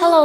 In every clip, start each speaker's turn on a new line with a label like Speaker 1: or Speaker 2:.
Speaker 1: Hello，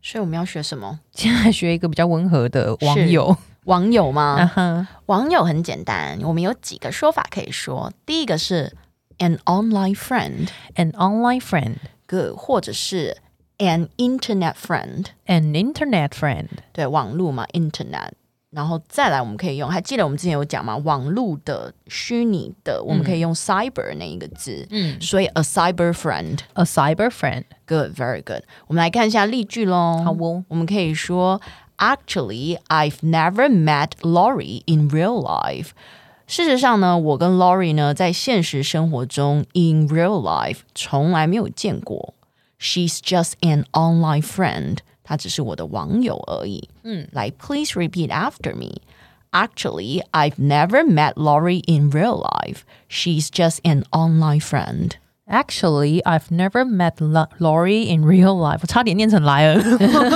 Speaker 1: 所以我们要学什么？
Speaker 2: 今天来学一个比较温和的网友。
Speaker 1: 网友吗？
Speaker 2: 啊哈，
Speaker 1: 网友很简单，我们有几个说法可以说。第一个是 an online friend，
Speaker 2: an online friend,
Speaker 1: 个或者是 an internet friend，
Speaker 2: an internet friend。
Speaker 1: 对，网络嘛，internet。然后再来，我们可以用，还记得我们之前有讲嘛，网络的、虚拟的，我们可以用 cyber 那一个字。
Speaker 2: 嗯
Speaker 1: 所以 a cyber friend。
Speaker 2: ，a cyber friend。
Speaker 1: Good, very good. 我们来看一下例句喽。
Speaker 2: 好哦
Speaker 1: 我们可以说，Actually, I've never met Laurie in real life. 事实上呢，我跟 Laurie 呢，在现实生活中 in real life 从来没有见过。She's just an online friend. 她只是我的网友而已。嗯，来，Please repeat after me. Actually, I've never met Laurie in real life. She's just an online friend.
Speaker 2: Actually, I've never met La- Laurie in real life。我差点念成莱恩。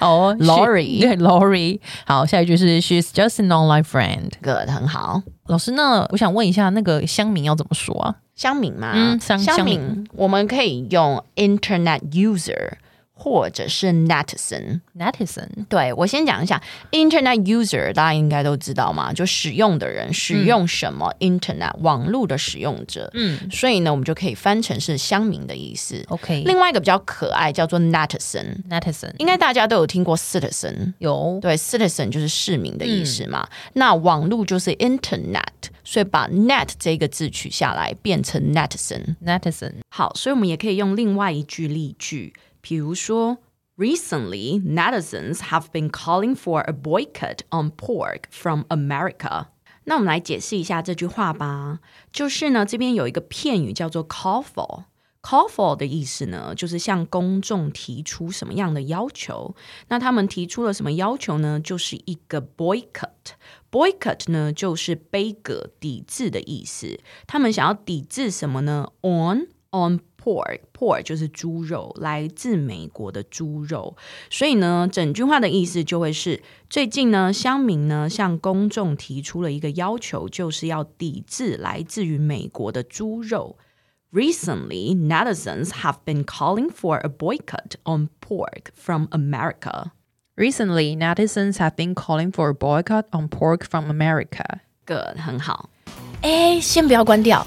Speaker 2: 好 哦
Speaker 1: Laurie
Speaker 2: 是对 Laurie。好，下一句是 She's just an online friend。
Speaker 1: Good，很好。
Speaker 2: 老师，那我想问一下，那个乡民要怎么说啊？
Speaker 1: 乡民嘛，
Speaker 2: 嗯乡
Speaker 1: 乡
Speaker 2: 乡
Speaker 1: 民，我们可以用 internet user 或者是 netizen。
Speaker 2: Netizen，
Speaker 1: 对我先讲一下 internet user，大家应该都知道嘛，就使用的
Speaker 2: 嗯
Speaker 1: 人使用什么、internet 网络的使用者，嗯，所以呢，我们就可以翻成是乡民的意思。
Speaker 2: OK
Speaker 1: 另外一个比较可爱叫做 netizen，
Speaker 2: netizen
Speaker 1: 应该大家都有听过 citizen，
Speaker 2: 有
Speaker 1: 对，citizen 就是市民的意思嘛。
Speaker 2: 嗯
Speaker 1: 那网络就是 internet，所以把 net 这个字取下来变成 netizen。
Speaker 2: netizen
Speaker 1: 好，所以我们也可以用另外一句例句，比如说，Recently, netizens have been calling for a boycott on pork from America. 那我们来解释一下这句话吧。就是呢，这边有一个片语叫做 call for。Call for 的意思呢，就是向公众提出什么样的要求。那他们提出了什么要求呢？就是一个 boycott。Boycott 呢，就是杯葛、抵制的意思。他们想要抵制什么呢？On on pork pork 就是猪肉，来自美国的猪肉。所以呢，整句话的意思就会是：最近呢，乡民呢向公众提出了一个要求，就是要抵制来自于美国的猪肉。Recently, netizens have been calling for a boycott on pork from America.
Speaker 2: Recently, netizens have been calling for a boycott on pork from America.
Speaker 1: Good，很好。哎，先不要关掉，